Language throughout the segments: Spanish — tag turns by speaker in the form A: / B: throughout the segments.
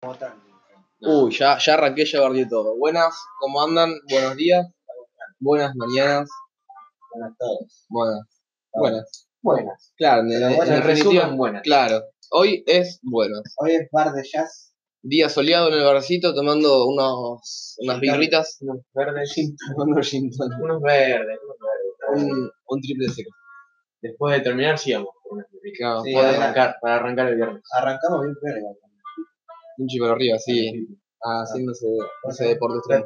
A: como tan.
B: Uy, ya, ya arranqué, ya guardé todo. Buenas, ¿cómo andan? Buenos días. Buenas mañanas.
A: Buenas tardes.
B: Buenas. Buenas.
A: Buenas.
B: Claro, en,
A: Pero
B: Eh, en
A: buenas,
B: definitiva,
A: Ah. resumen, buenas.
B: Claro. Hoy es buenas.
A: Hoy es bar de jazz.
B: Día soleado en el barcito tomando unos, unas
A: Gin tonic.
B: birritas.
A: Unos verdes.
B: Tomando gin tonic.
C: Unos verdes, unos verdes.
B: Un, un triple seco.
C: Después de terminar, sigamos. con unas birritas.
B: Claro,
A: Sí,
B: por-
C: para,
A: adelante.
C: arrancar, para arrancar el viernes.
A: Arrancamos bien verga.
B: un chip para arriba, sí. Ah, Haciéndose ese deporte extremo.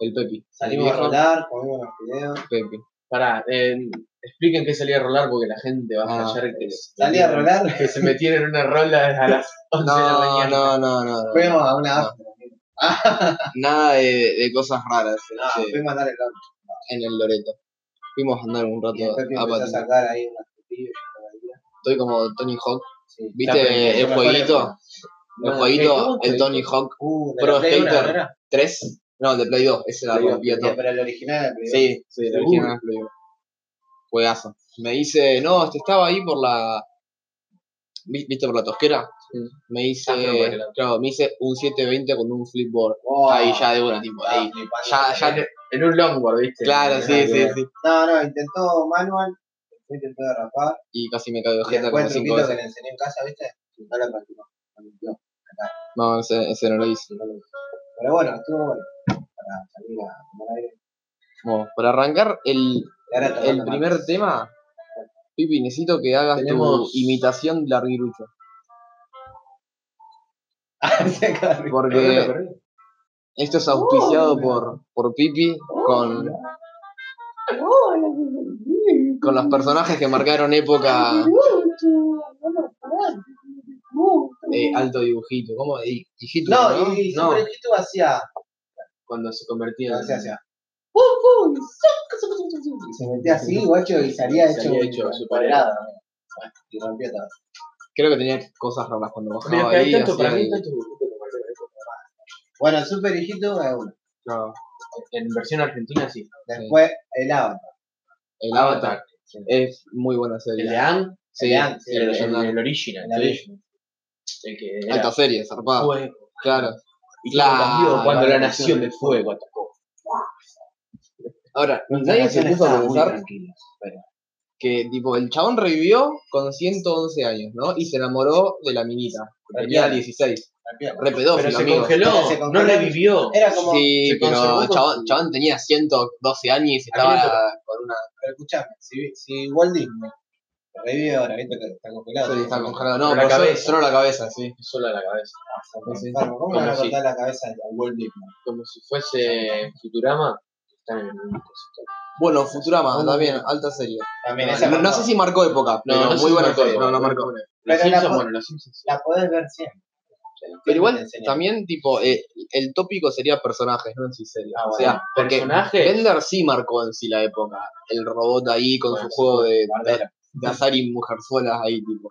B: El Pepi.
A: Salimos
B: El
A: a
B: viejo
A: rolar, comimos unos videos.
B: Pepi.
C: Pará, eh, expliquen qué salía a rolar porque la gente va a
B: Ah,
C: callar que,
A: Salí a rolar,
C: que se metieron en una rola a las 11 de la
B: No,
C: mañana.
B: no, no, no. no.
A: fuimos a una after.
B: Nada de, de cosas raras
A: No,
B: en, ese-
A: fuimos a dar el lunch.
B: en el Loreto. Fuimos a andar un
A: Y el
B: rato
A: Pepe empezó
B: a
A: a
B: patinar.
A: sacar ahí unas frutillas. y una bebida.
B: Estoy como Tony Hawk.
A: Sí.
C: Está
B: ¿Viste
C: aprendiendo.
B: el jueguito? El
C: Ah, ¿qué?
B: jueguito,
C: ¿Cómo
B: el
C: te-
B: Tony Hawk
A: Uh, de
B: Pro
A: la Play uno,
B: Skater.
A: ¿no era?
B: 3. No, el de Play 2. Ese la
A: Play uno.
B: rompía
A: Sí,
B: todo.
A: Pero el original era Play uno.
B: Sí, sí, la
C: Seguro.
B: original Play uno. Juegazo. Me dice, no, este estaba ahí por la. vi- ¿Viste por la tosquera? Me dice,
C: Ah, pero por el lado.
B: claro, me dice un 720 con un flipboard.
A: Oh,
B: Ahí ya de una, tipo,
A: estaba
B: ahí.
A: flipando.
B: Ya, ah, ya
C: En, en un longboard, ¿viste?
B: Claro, sí, sí, sí.
A: No, no, intentó manual, después intentó derrapar.
B: Y casi me cago de
A: Y
B: jeta
A: después
B: como
A: el
B: cinco
A: truquito
B: veces.
A: que le enseñé en casa, ¿viste? No lo practicó. lo limpió.
B: No, ese, ese no lo hice.
A: Pero bueno, estuvo bueno. Para salir a tomar aire.
B: Bueno, para arrancar el,
A: Y ahora tomando
B: el
A: mate.
B: primer tema, Pipi, necesito que hagas
C: Tenemos-
B: tu imitación de larguirucho.
A: Se acaba de-
B: Porque esto es
C: Uh.
B: auspiciado por, por Pipi con, con los personajes que marcaron época eh, alto dibujito. ¿Cómo? Hi- Hijito,
A: No, y, y
B: No.
A: siempre el Quito hacía.
C: Cuando se convertía
A: hacía-
C: en.
A: hacía. Y se metía así, guacho, y salía
C: Salía
A: hecho,
C: hecho
A: un
C: su
A: cuadrado. ¿no? Y rompía todo.
B: Creo que tenía cosas raras cuando
C: Mira,
B: bajaba
C: que hay
B: ahí.
C: tanto,
B: hacía
C: para mí,
B: el-
C: tanto
A: Bueno, el super hijito es uno.
B: no,
C: En versión argentina, sí.
A: Después el avatar.
B: el Avatar. Es muy buena serie.
C: El de Ang,
B: Sí,
A: de Ant,
B: sí,
C: el,
B: el
C: el,
B: de Ant.
C: el original.
A: El original.
C: El que era
B: Alta serie, zarpada.
C: fuego.
B: Ah, Claro.
C: Y todo cambió cuando la
B: Claro.
C: nación del fuego atacó.
B: Ahora, nadie se puso a pensar que, tipo, el chabón revivió con 111 años, ¿no? Y se enamoró de la minita. que Tenía
A: También.
B: 16. Re pedófilo,
C: Pero se
B: amigo.
C: congeló,
A: Se congeló.
C: no revivió.
A: Era como,
B: Sí,
C: se
B: pero
C: conservó
B: el
C: con
B: chabón,
C: su-
B: chabón tenía 112 años y se
C: También
B: estaba con una...
A: pero escuchame, si, si Walt Disney revive ahora, viste que está congelado.
B: Sí, estaba congelado. No,
C: Con la
B: pero solo-
C: cabeza.
B: solo la cabeza, sí.
C: Solo a la cabeza.
A: Enfermo,
B: Sí.
A: ¿Cómo le van a cortar la cabeza a Walt Disney?
C: Como si fuese Futurama. Están en el mismo cosito.
B: Bueno, Futurama,
C: Bueno.
B: también, alta serie.
A: También
C: No,
A: esa
B: No, no
A: marcó.
B: sé si marcó época, pero
C: No, no sé
B: muy
C: si
B: buena
C: marcó
B: serie.
C: época,
B: No, no
C: muy
B: marcó.
C: Los
A: Pero la
C: Simpsons,
A: po-
C: bueno, los Simpsons. sí.
A: La podés ver siempre.
B: Pero
A: Te
B: igual,
A: enseña.
B: también, tipo, eh, el tópico sería personajes, no en sí serie.
C: Ah,
B: o
C: bueno.
B: sea, porque
C: personajes.
B: Bender sí marcó en sí la época. El robot ahí con
C: Bueno,
B: su juego de,
C: Bardera.
B: de azar y mujerzuelas ahí, tipo.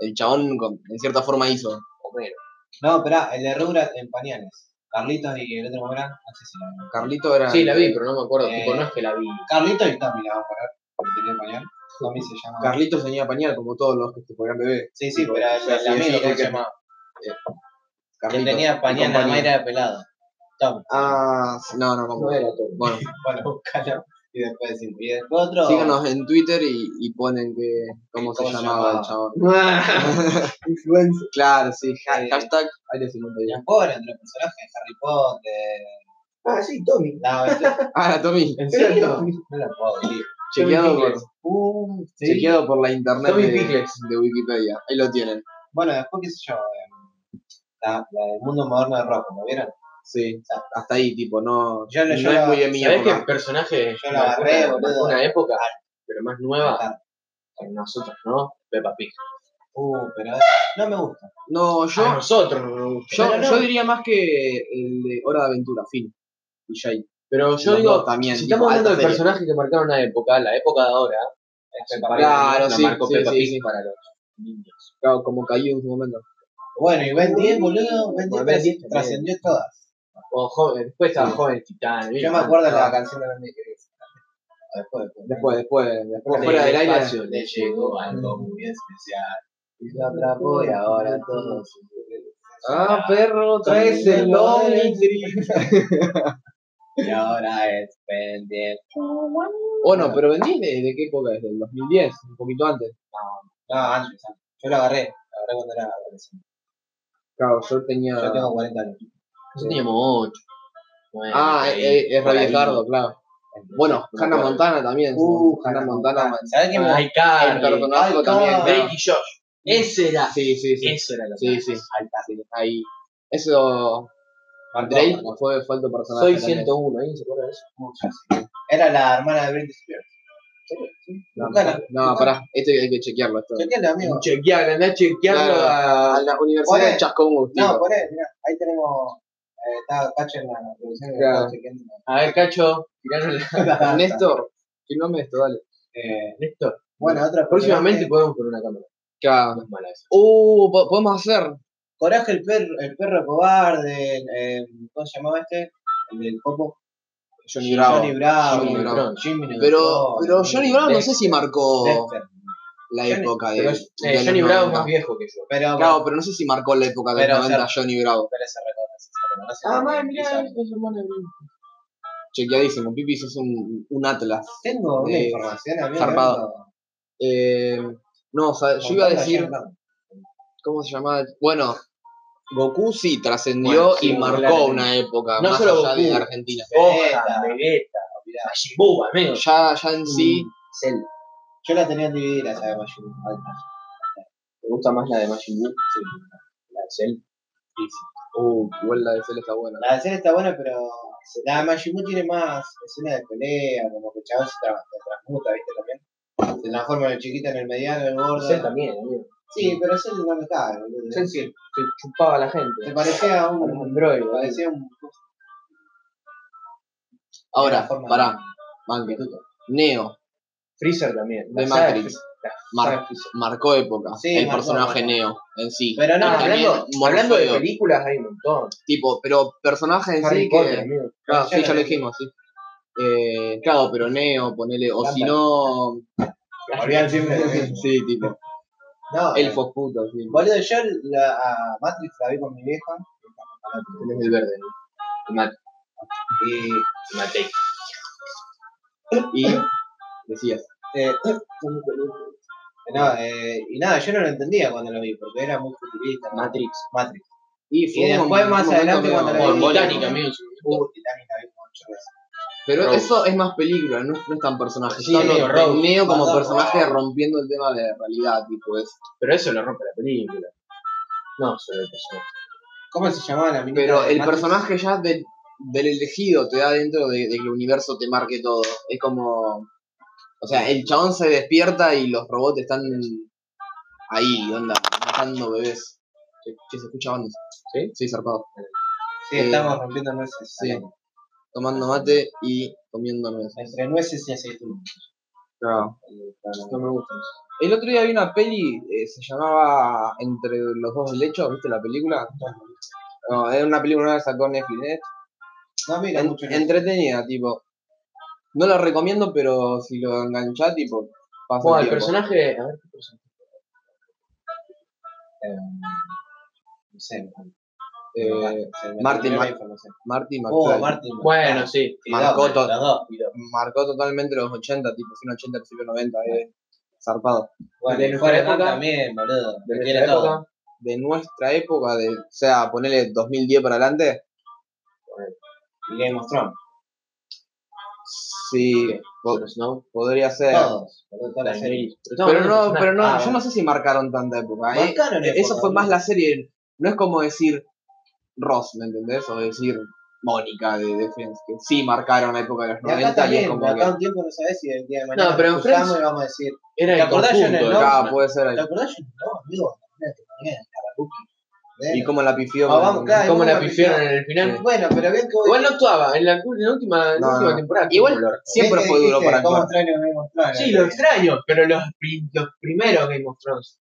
B: El chabón, con- en cierta forma, hizo.
C: Homero.
A: No, pero el de Rugrats en pañales. Carlitos y el otro más grande, no sé si la vi.
B: Carlito era.
C: Sí, la vi, pero no me acuerdo.
A: Eh,
C: Tipo, no es que la vi.
A: Carlitos y Tommy la vamos a poner, porque tenía el pañal. Tommy se llama.
B: Carlitos tenía pañal, como todos los que se podían bebé.
A: sí, sí, pero el,
B: Sí,
A: el
B: sí,
A: amigo
B: sí,
A: ¿cómo
B: el
A: se
B: que-
A: llamaba?
B: Carlitos.
A: que tenía pañal nada más
B: compañía.
A: era pelado. Tommy.
B: Ah, sí, no, no, como.
C: era todo.
B: Bueno,
A: Bueno, búscalo. Y después decimos. Y después otro.
B: síganos en Twitter y, y ponen que, cómo se
A: ¿Cómo se
B: llamaba el
A: llamaba?
B: chabón. Claro, sí. ha-
A: Eh,
B: Hashtag aire 51.
A: Los pobres, entre los personajes, Harry Potter.
D: Ah, sí, Tommy.
A: No, esto-
B: Ah, Tommy.
C: ¿En
D: serio?
C: serio?
A: no lo puedo decir.
B: Chequeado por,
C: Pickles.
A: Uh, sí.
B: chequeado por la internet
C: Tommy
B: de,
C: Pickles.
B: de Wikipedia. Ahí lo tienen.
A: Bueno, después, qué sé yo. em, La, la del mundo moderno de rock, ¿lo vieron?
B: Sí, hasta ahí, tipo, no,
A: Yo
B: no
A: le- yo
B: es
A: la-
B: muy de mi
C: ¿Sabés qué
B: época.
C: personaje?
A: Yo la agarré,
C: marcó una-
A: boludo.
C: Una época, pero más nueva
A: Ah,
C: para nosotros, ¿no? Peppa Pig.
A: Uh, pero no me gusta.
B: No, yo,
C: A nosotros no nos gusta.
B: yo,
A: pero no.
B: yo diría más que el de Hora de Aventura, Finn y Jay.
C: Pero yo
B: Los
C: digo,
B: dos también,
C: si
B: tipo,
C: estamos hablando de
B: alta serie.
C: personajes que marcaron una época, la época de ahora, es Peppa Pig,
B: Claro,
C: la
B: sí,
C: marcó
B: sí,
C: Peppa
B: sí,
C: Pig
B: sí.
C: para los niños.
B: Claro, como caí en su momento.
A: Bueno, y Ben 10, boludo, Ben 10
C: Bueno, Ben 10
A: trascendió- trascendió todas.
C: O joven, después estaba joven titán. ah,
A: Yo me acuerdo de la canción de Ben 10 que dice. Después, después. Uh,
B: Después, después, después
C: Desde
B: fuera del
C: el
B: aire.
C: espacio le llegó algo muy especial.
A: Y lo atrapó y ahora todos.
B: Ah, perro, traes
A: Con
B: el
A: el
B: Omnitri.
A: Y ahora es pendiente.
B: Oh, no, pero vendí de, de qué época es, del 2010, un poquito antes.
A: No, antes, antes. Yo lo agarré. Lo agarré cuando era adolescente.
B: Claro, yo tenía.
A: Yo tengo 40 años.
C: Nosotros teníamos 8.
B: Ah, eh, es, re viejardo, claro. Bueno, Hannah Montana también.
A: Uh,
B: Hannah Montana. Ah,
A: ¿Sabes quién me
C: Ay,
B: El
C: Carly.
B: personaje
A: Ay, Carly.
B: también. claro.
C: Drake y Josh. Ese era.
B: Sí, sí, sí.
C: Eso era lo
B: Sí,
C: que
B: sí.
A: falta?
B: Ahí. Eso.
A: Marcó,
B: Drake
A: marcó.
B: fue, fue alto personaje.
C: Soy
B: también.
C: 101, ¿alguien se acuerda de eso?
A: Era la hermana de Britney Spears.
B: No,
A: Buscala,
B: no,
A: buscala.
B: pará, esto hay que chequearlo. Esto.
A: Chequeale, amigo.
C: Chequear, andá chequearlo
B: Claro.
C: a.
B: A la Universidad
A: Oye,
B: de Chascón
A: No,
B: Agustino.
A: por él, mirá, ahí tenemos. eh, Estaba Cacho en la producción que
B: Claro. este
A: estaba chequeando.
C: A ver, Cacho, tiraron la.
A: la-
B: Néstor, filmame esto, dale.
A: Eh,
C: Néstor.
A: bueno, otra eh,
C: Próximamente
A: personaje.
C: podemos poner una cámara.
B: Acá.
C: No es mala esa.
B: Uh, po- podemos hacer.
A: Coraje, el perro, el perro cobarde. el- el- ¿Cómo se llamaba este? El del Popo.
B: Johnny Bravo.
A: Johnny Bravo.
B: Johnny Bravo.
A: Jimmy Neutron.
B: Pero, pero Johnny Bravo no sé
C: Dexter.
B: si marcó
A: Dexter.
B: la
A: Johnny-
B: época de.
C: Pero, eh,
B: de los
C: Johnny Bravo es
B: 90.
C: más viejo que yo.
A: Pero,
B: Claro, pero no sé si marcó la época de los
A: Pero,
B: 90
A: o
B: Johnny Bravo.
A: pero se reconoce. Se reconoce
B: Ah,
C: Ah,
B: Chequeadísimo, Pipis es un, un atlas.
A: Tengo una
B: Eh,
A: información, amigo.
B: zarpado.
A: vengo
B: Eh, no, o sea, yo iba a
A: contando
B: decir,
A: ayer, no.
B: ¿cómo se llamaba? Bueno, Goku sí trascendió
C: Bueno, sí,
B: y marcó
C: claramente.
B: una época
C: No
B: más
C: solo
B: allá de
C: Goku.
B: Argentina.
C: Gohan, Vegeta, Majin Buu, amigo.
B: Ya, ya en sí,
C: Mm.
A: Cell. Yo la tenía dividida, esa de Majin Buu, alta.
C: ¿Te gusta más la de Majin Buu? Sí. La de Cell.
B: uh, igual la de Cell está buena.
A: La de Cell está buena, pero la de Majin Buu tiene más escenas de pelea, como que el chabón se, tra- se transmuta, ¿viste? También. Se transforma en el chiquito, en el mediano, en el gordo.
C: Cell también, amigo.
A: Sí, pero Cell no me cae, boludo.
C: Cell sí. Se chupaba a la gente.
A: Se parecía a
C: Era un
A: un...
C: droide,
A: se
C: ¿vale?
A: parecía a un...
B: Ahora,
A: la forma
B: pará,
A: de-
B: manque. Neo
C: Freezer también.
B: De
C: La saga
B: Matrix.
C: Freezer. La
B: Mar-
C: saga Freezer.
B: marcó época,
A: Sí,
B: el
A: marcó,
B: personaje
A: marcó.
B: Neo en sí.
A: Pero no,
C: Ah,
A: hablando-
B: también
C: hablando, hablando de
B: Morfeo.
C: películas hay un montón.
B: Tipo, pero personaje en
C: Harry
B: sí
C: Potter,
B: que...
C: amigo.
B: Claro,
A: Ya
B: sí, ya
A: lo
B: lo
A: dije.
B: dijimos, sí. Eh, claro, pero Neo, ponele, o si
C: Gandalf.
B: no...
A: volvían siempre a lo mismo.
B: Sí, tipo,
A: No,
B: elfos putos, sí.
A: Boludo, yo la, a Matrix la vi con mi vieja
C: Tenés el verde, ¿no? Mate.
A: y
C: Mate.
B: Y decías,
A: eh, no, eh, y nada, yo no lo entendía cuando lo vi, porque era muy futurista, ¿no?
C: Matrix.
A: Matrix.
B: y
A: Y después, más adelante, cuando la
C: Oh,
A: vi-
C: Titanic, amigo.
A: Uh, Titanic la vi como ocho veces.
B: Pero
C: Rose.
B: eso es más película, no, no es tan personaje.
C: Sí,
B: solo
C: amigo, Rose.
B: Neo como
A: Pasa,
B: personaje
A: Rose.
B: rompiendo el tema de la realidad, tipo es.
C: Pero eso lo rompe la película. No, solo el personaje.
A: ¿Cómo se llamaba la minita?
B: Pero
A: de
B: el
A: Matrix?
B: personaje ya del, del elegido te da dentro de, de que el universo te marque todo. Es como. O sea, el chabón se despierta y los robots están ahí, onda, matando bebés. Che, che, se escucha bandos.
C: ¿Sí?
B: Sí, zarpado.
A: Sí,
B: eh,
A: estamos rompiendo nueces.
B: sí.
A: ahí.
B: Tomando mate y comiendo nueces.
A: Entre nueces y aceitunas.
C: No me gusta eso.
B: El otro día vi una peli, eh, se llamaba Entre los dos lechos, ¿viste la película? No, era una película que sacó Netflix. ¿eh?
A: No mira
B: En-
A: mucho. no.
B: entretenida, tipo. No la recomiendo, pero si lo enganchás, tipo, pasa
C: Bueno,
B: el
C: el
B: tiempo.
C: personaje. A ver qué personaje.
A: Eh, no sé.
B: Eh,
A: se me
B: Martin
A: terminó la
B: Mar-
A: información.
B: Marty
A: Oh,
B: McFly.
A: Martin.
C: Bueno, sí.
A: Y dos,
B: Marcó
A: los
B: todo.
A: dos.
B: Marcó totalmente los 80, tipo, fin 80, principio 90, eh, zarpado.
A: Bueno,
C: De
A: y
C: nuestra
A: Forrest Gump
C: época.
A: también, boludo.
C: De
A: que
C: nuestra
A: tiene todo.
C: época.
B: De nuestra época, de, o sea, ponele 2010 para adelante,
A: Y Game of Thrones.
B: sí, po-
C: Pero Snow.
B: podría ser.
A: Todos. boludo, toda la
C: Daenerys.
A: serie.
B: Pero no, pero no,
A: Ah,
B: yo no sé si marcaron tanta época. eh.
A: Marcaron
B: Eh, Eso
A: época,
B: fue
A: boludo.
B: más la serie. No es como decir Ross, ¿me entendés? O decir Mónica de, de Friends, que sí marcaron la época de los
A: Y acá
B: 90 y es
A: también,
B: como
A: de acá
B: que.
A: un tiempo no sabes si el día de mañana
C: No, pero en
A: nos juntamos
C: Friends-
A: y vamos a decir,
C: Era
A: ¿Te
C: el
A: acordás,
C: conjunto.
A: John
C: de
A: Snow?
B: Acá
C: personajes.
B: puede ser.
A: ¿te acordás? Yo, No, amigo, la que ponía en la
B: Y
A: Bacuki.
B: cómo la pifió.
A: Ah, vamos, claro.
C: ¿Cómo la
A: ¿Cómo la
C: pifiaron en el final?
A: Bueno, pero bien que vos
C: Igual no actuaba. En la, en la última, en la
B: No,
C: última
B: no.
C: temporada.
B: Igual-
C: tuvo olor.
B: Siempre
A: bien que
B: fue duro
A: dijiste,
B: para
A: ¿Cómo
B: actuar.
A: extraño Game of Thrones?
C: Sí, lo extraño, pero los, pri- los primeros Game of Thrones.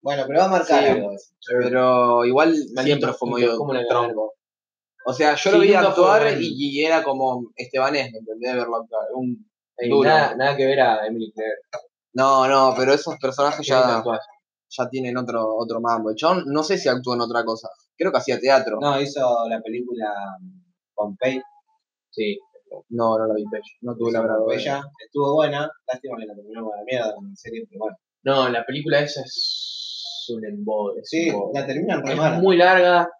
A: Bueno, pero va a marcar
B: Sí.
A: algo. eso.
B: Pero igual siempre
C: Maldito
B: fue muy
C: puto, ¿cómo la ganaron?
B: tronco. O sea, yo lo
C: Sí,
B: veía
C: nunca fue
B: actuar
C: bueno.
B: y, y era como Estebanés, ¿me entendés? Verlo actuar. Un-
C: Eh,
B: Duro.
C: nada, nada que ver a Emily Claire.
B: No, no, pero esos personajes
C: Qué linda
B: ya.
C: actuación.
B: ya tienen otro, otro mambo. El chabón no sé si actuó en otra cosa. Creo que hacía teatro.
A: No, hizo la película Pompey.
C: Sí.
B: No, no la vi. No tuve la verdad.
A: Pompeya. Estuvo buena. Lástima que la terminamos a la mierda la serie, pero bueno.
C: No, la película esa es un embole. es
A: Sí,
C: un embole.
A: la terminan re
C: es
A: mala.
C: muy larga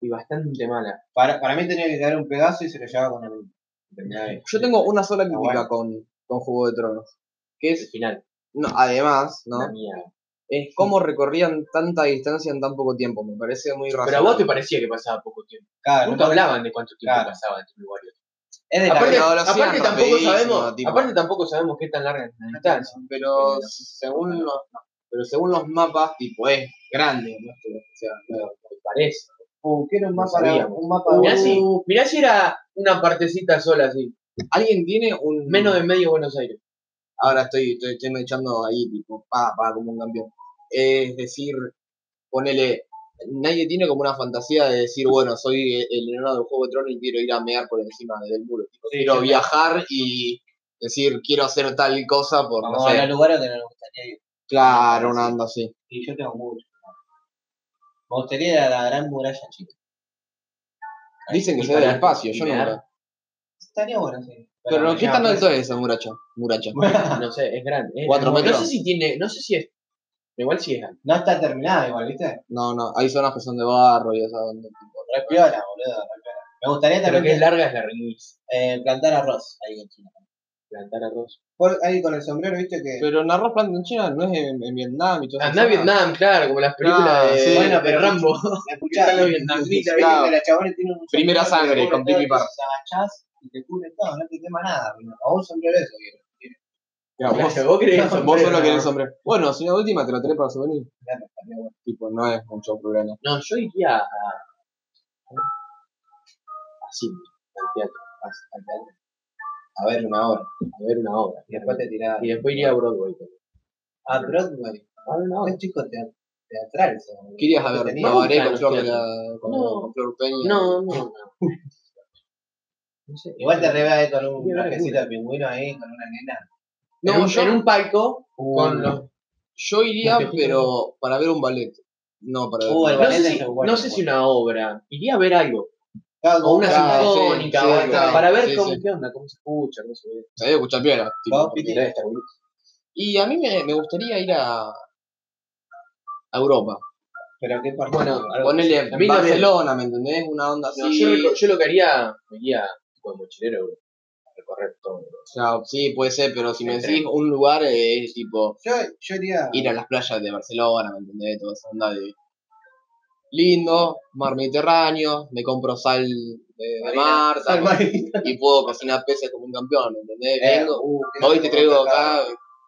C: y bastante mala.
A: Para, para mí tenía que caer un pedazo y se lo llevaba con el. terminaba ahí.
B: Yo tengo una sola crítica
A: bueno.
B: con, con Juego de Tronos. Que
C: El
B: es,
C: final,
B: no, además, ¿no?
C: la mierda.
B: Es cómo recorrían tanta distancia en tan poco tiempo. Me parece muy razonable.
C: Pero a vos te parecía que pasaba poco tiempo.
A: Claro,
C: Nunca
A: no-
C: hablaban de cuánto tiempo
A: Claro.
C: pasaba entre un lugar y otro.
A: Es de la
C: Aparte,
B: pero ahora sí
C: aparte
B: es
C: tampoco
B: rapidísimo,
C: sabemos,
B: tipo.
C: aparte tampoco sabemos qué tan larga es la distancia.
B: pero según los pero según los mapas tipo es grande ¿no? o sea no,
C: me Parece.
A: Uh, quiero un
B: No
A: mapa,
B: sabíamos.
A: un mapa de
C: Mirá si,
A: Google.
C: mirá si era una partecita sola así.
B: alguien tiene un
C: Menos
A: Mm.
C: de medio Buenos Aires.
B: ahora estoy estoy, estoy echando ahí tipo pa pa como un campeón Eh, es decir ponele nadie tiene como una fantasía de decir bueno soy el- el enano del juego de tronos y quiero ir a mear por encima del muro tipo,
A: Sí,
B: quiero
A: sí.
B: viajar y decir quiero hacer tal cosa por no
A: Vamos a
B: sé,
A: los lugares donde nos gustaría ir.
B: claro una onda así
A: Y yo tengo mucho. Me gustaría ir a la gran muralla chica.
B: dicen que
C: Y
B: se ve del
C: para-
B: espacio
C: y
B: yo
C: mear.
B: nunca
A: Estaría bueno, sí.
B: pero
A: Bueno,
B: qué
A: ya,
B: tan
A: pues,
B: alto es esa muracha muracha
C: No sé, es grande. es
B: Cuatro
C: enorme.
B: metros.
C: No sé si tiene, no sé si es. Igual si es alto.
A: No está terminada igual, ¿viste?
B: No, no, hay zonas que son de barro y esas donde tipo,
A: Re piola, boludo, re piola. Me gustaría
C: Pero
A: también
C: que es larga es larguísima.
A: eh, plantar arroz ahí en China.
C: Plantar arroz.
A: Por, ahí con el sombrero, ¿viste? Que
B: Pero en arroz planta en China no es en, en Vietnam y
A: Ah,
B: todo eso.
C: Andá a Vietnam, claro, como las películas
B: Claro,
C: de,
B: Ah, sí.
C: bueno, de
A: pero-
C: Rambo.
A: la escuchás,
C: Los vietnamitas,
A: ¿viste?
B: claro.
A: Que la chabona tiene un sombrero que
B: Primera sangre,
A: te cubre
B: con
A: todo,
B: Pipi Park.
A: entonces agachás y te cubre todo, no te quema nada. boludo. O un sombrero de eso, quiero.
B: Claro, vos,
C: Claro, vos crees
A: Claro,
B: vos solo
A: no.
B: querés sombrero. Bueno, si la última te lo traes para souvenir.
A: Claro, estaría bueno.
B: Tipo, no es mucho problema.
C: No, yo iría a. a- Así, al teatro. a- al teatro,
A: A ver, una hora.
C: A ver una obra.
A: Y después te tirás.
C: Y después iría a Broadway.
A: A Broadway.
C: A ver una obra.
A: Es chico te- teatral, eso. boludo.
B: Querías a ver,
A: Tenía-
B: no, haré con
C: gustan los
B: Flor, de
C: teatros.
B: la- con,
C: No.
B: con Flor Peña.
C: No, no, no. No sé.
A: Igual te re ahí con un
C: Qué
A: una
C: locura.
A: pesita de pingüino ahí, con una nena.
B: No,
C: en, un,
B: yo,
C: en un palco con los.
B: yo iría,
C: Te pido-
B: pero para ver un ballet. No, para ver.
A: Uh, el
B: no,
C: No
A: ballet
C: sé,
A: de
C: si,
A: Uruguay,
C: no sé
A: bueno.
C: si una obra. Iría a ver algo.
A: Claro,
C: O una
B: Claro, sí,
C: sinfónica
B: sí,
C: o algo.
B: claro,
C: para ver
B: sí,
C: cómo,
B: sí.
C: qué onda, cómo se escucha, cómo se ve.
B: Se debe escuchar piola. tipo.
A: No, Piti.
C: Debe estar bonito.
B: Y a mí me, me gustaría ir a, a Europa.
A: Pero qué parte.
C: Bueno, algo
B: Ponele
C: así. A mí
B: en
C: también.
B: Barcelona, ¿me entendés? Una onda así.
C: No, yo, reco- yo lo que haría, me iría con mochilero a recorrer todo.
B: Claro, sí, puede ser, pero si me
C: Entre.
B: decís un lugar eh, es tipo
A: yo, yo iría.
B: ir a las playas de Barcelona, ¿me entendés? Toda esa onda de lindo, mar Mediterráneo, me compro sal de, de
A: Marina,
B: mar
A: San
B: tal,
A: Marino.
B: y puedo cocinar peces como un campeón, ¿me entendés?
A: Eh,
B: Vengo,
A: uh, qué
B: hoy
A: rico
B: te traigo
A: comer
B: acá,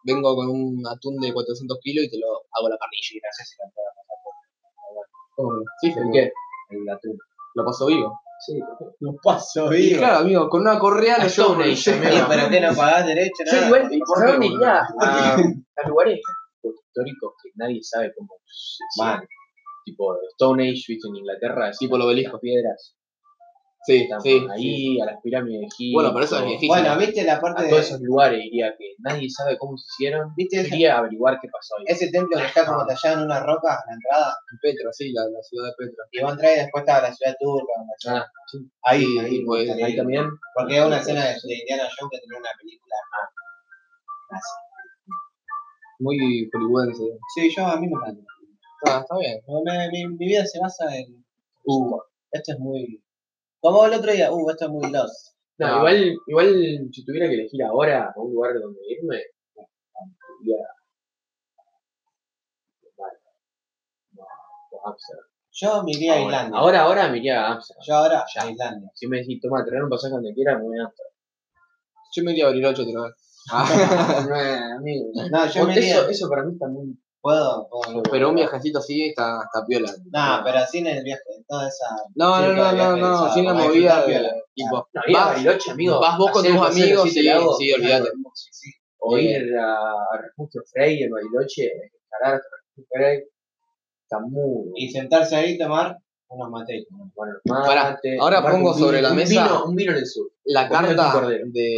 B: vengo con un atún de 400 kilos y te lo hago a la
A: Y
B: parrilla.
A: no sé si la puedo pasar por
B: Sí,
C: ¿El
B: ¿por
C: qué?
A: el atún.
B: Lo paso vivo.
C: Sí, perfecto.
A: No paso
B: Y claro, amigo, con una correa
C: A
B: lo llevo
C: Stone
B: por el
C: Age,
A: Sí,
C: amigo.
A: pero que no pagás derecho,
C: Yo
A: nada.
B: Ah,
C: igual,
A: no pasás
C: ¿por dónde
A: por-
C: iría? A, a lugares históricos que nadie sabe cómo se
A: Mal.
C: Tipo Stone Age, viste, en Inglaterra. así,
B: Tipo el obelisco.
C: Las piedras.
B: Sí,
C: Están
B: sí.
C: ahí, a las pirámides de Egipto.
B: Bueno, pero eso es viejísimo.
A: Bueno, viste la parte
C: A
A: de.
C: todos esos lugares iría que nadie sabe cómo se hicieron.
A: ¿Viste ese,
C: Iría a averiguar qué pasó ahí.
A: ese templo que está como tallado en una roca, la entrada?
B: Petra, sí, la, la ciudad de Petra.
A: Y va a entrar y después está la ciudad turca. la ciudad-
C: Ah, sí.
A: Ahí,
B: Sí,
A: ahí,
B: pues,
A: estaría
C: Ahí
A: lindo.
C: también.
A: Porque es una escena de, de Indiana Jones que tenía una película. nazi.
B: Muy hollywoodense.
A: Sí, yo a mí me encanta.
B: Ah, está bien.
A: No, me- mi, mi vida se basa en. Uh, esto es muy. Como el otro día, uh, esto es muy lost.
C: No,
B: Ah.
C: Igual, igual si tuviera que elegir ahora a un lugar donde irme, iría vale. No, a Amsterdam.
A: Yo me iría a
C: Ah, Ahora,
A: Islandia.
C: ahora, ahora me iría a Amsterdam.
A: Yo ahora
C: Ya.
A: a Islandia.
C: Si me decís, toma, traer un pasaje donde quieras, me voy a Amsterdam.
B: Yo me iría a Bariloche otra vez.
C: No, amigo.
A: No, yo me iría.
C: eso, eso para mí también.
A: Puedo, puedo.
B: pero un viajecito así está, está piola.
A: No, pero sin el viaje, toda esa.
B: No,
A: Sí,
B: no, no,
A: para
B: no,
A: viajar,
B: no,
A: para
B: sin la
A: disfrutar
B: movida
A: piola.
B: de tipo.
C: No, ir a
B: Vas-
C: Bariloche, amigo.
B: vas vos con
C: hacer
B: tus
C: un paseo
B: amigos
C: así,
B: y-
C: te hago,
B: sí,
C: te hago.
B: olvídate.
A: Sí,
C: O
B: Eh.
C: ir a, a Refugio Frey en Bariloche, escalar Refugio Frey. Está muy
A: Y sentarse ahí y tomar unos mates.
C: bueno.
B: Pará,
C: mate,
B: ahora
C: tomar
B: pongo
C: un vino-
B: sobre la
C: un
B: mesa-
C: vino- un vino en el sur.
B: La
C: Comiendo un
B: carta
C: cordero.
B: de.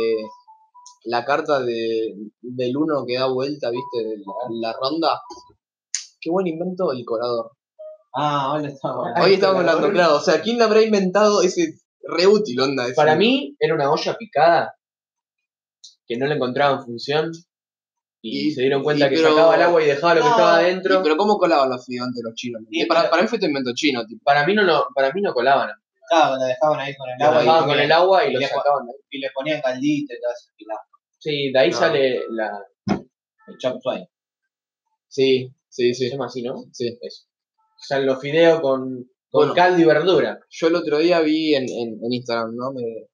B: La carta de, del uno que da vuelta, ¿viste? de la, la ronda. qué buen invento el colador.
A: Ah, ahora estamos.
C: Ah,
B: Hoy
C: el
B: estamos hablando,
C: colador.
B: claro. O sea, ¿quién lo habrá inventado ese re útil, onda? ese-
C: Para mí era una olla picada que no le encontraban función y,
B: Y-
C: se dieron cuenta
B: y
C: que
B: pero-
C: sacaba el agua y dejaba lo que
A: No,
C: estaba
B: Y,
C: adentro.
B: pero ¿cómo colaban los fideos los chinos?
C: Y
B: Eh, para,
C: pero-
B: para mí fue un invento chino, tipo.
C: Para mí no lo, para mí no colaban.
A: Claro, la dejaban ahí con el
C: Lo
A: agua y,
C: dejaban con
A: comían-
C: el agua y lo
A: le-
C: sacaban. de ahí.
A: y le ponían caldito y todo eso. Y la,
C: Sí, de ahí
B: No.
C: sale la.
A: el chop suey.
B: Sí, sí,
C: Se
B: sí.
C: llama así, ¿no?
B: sí.
C: Salen los fideos con, con
B: Bueno.
C: caldo y verdura.
B: Yo el otro día vi en, en, en Instagram, ¿no? Me-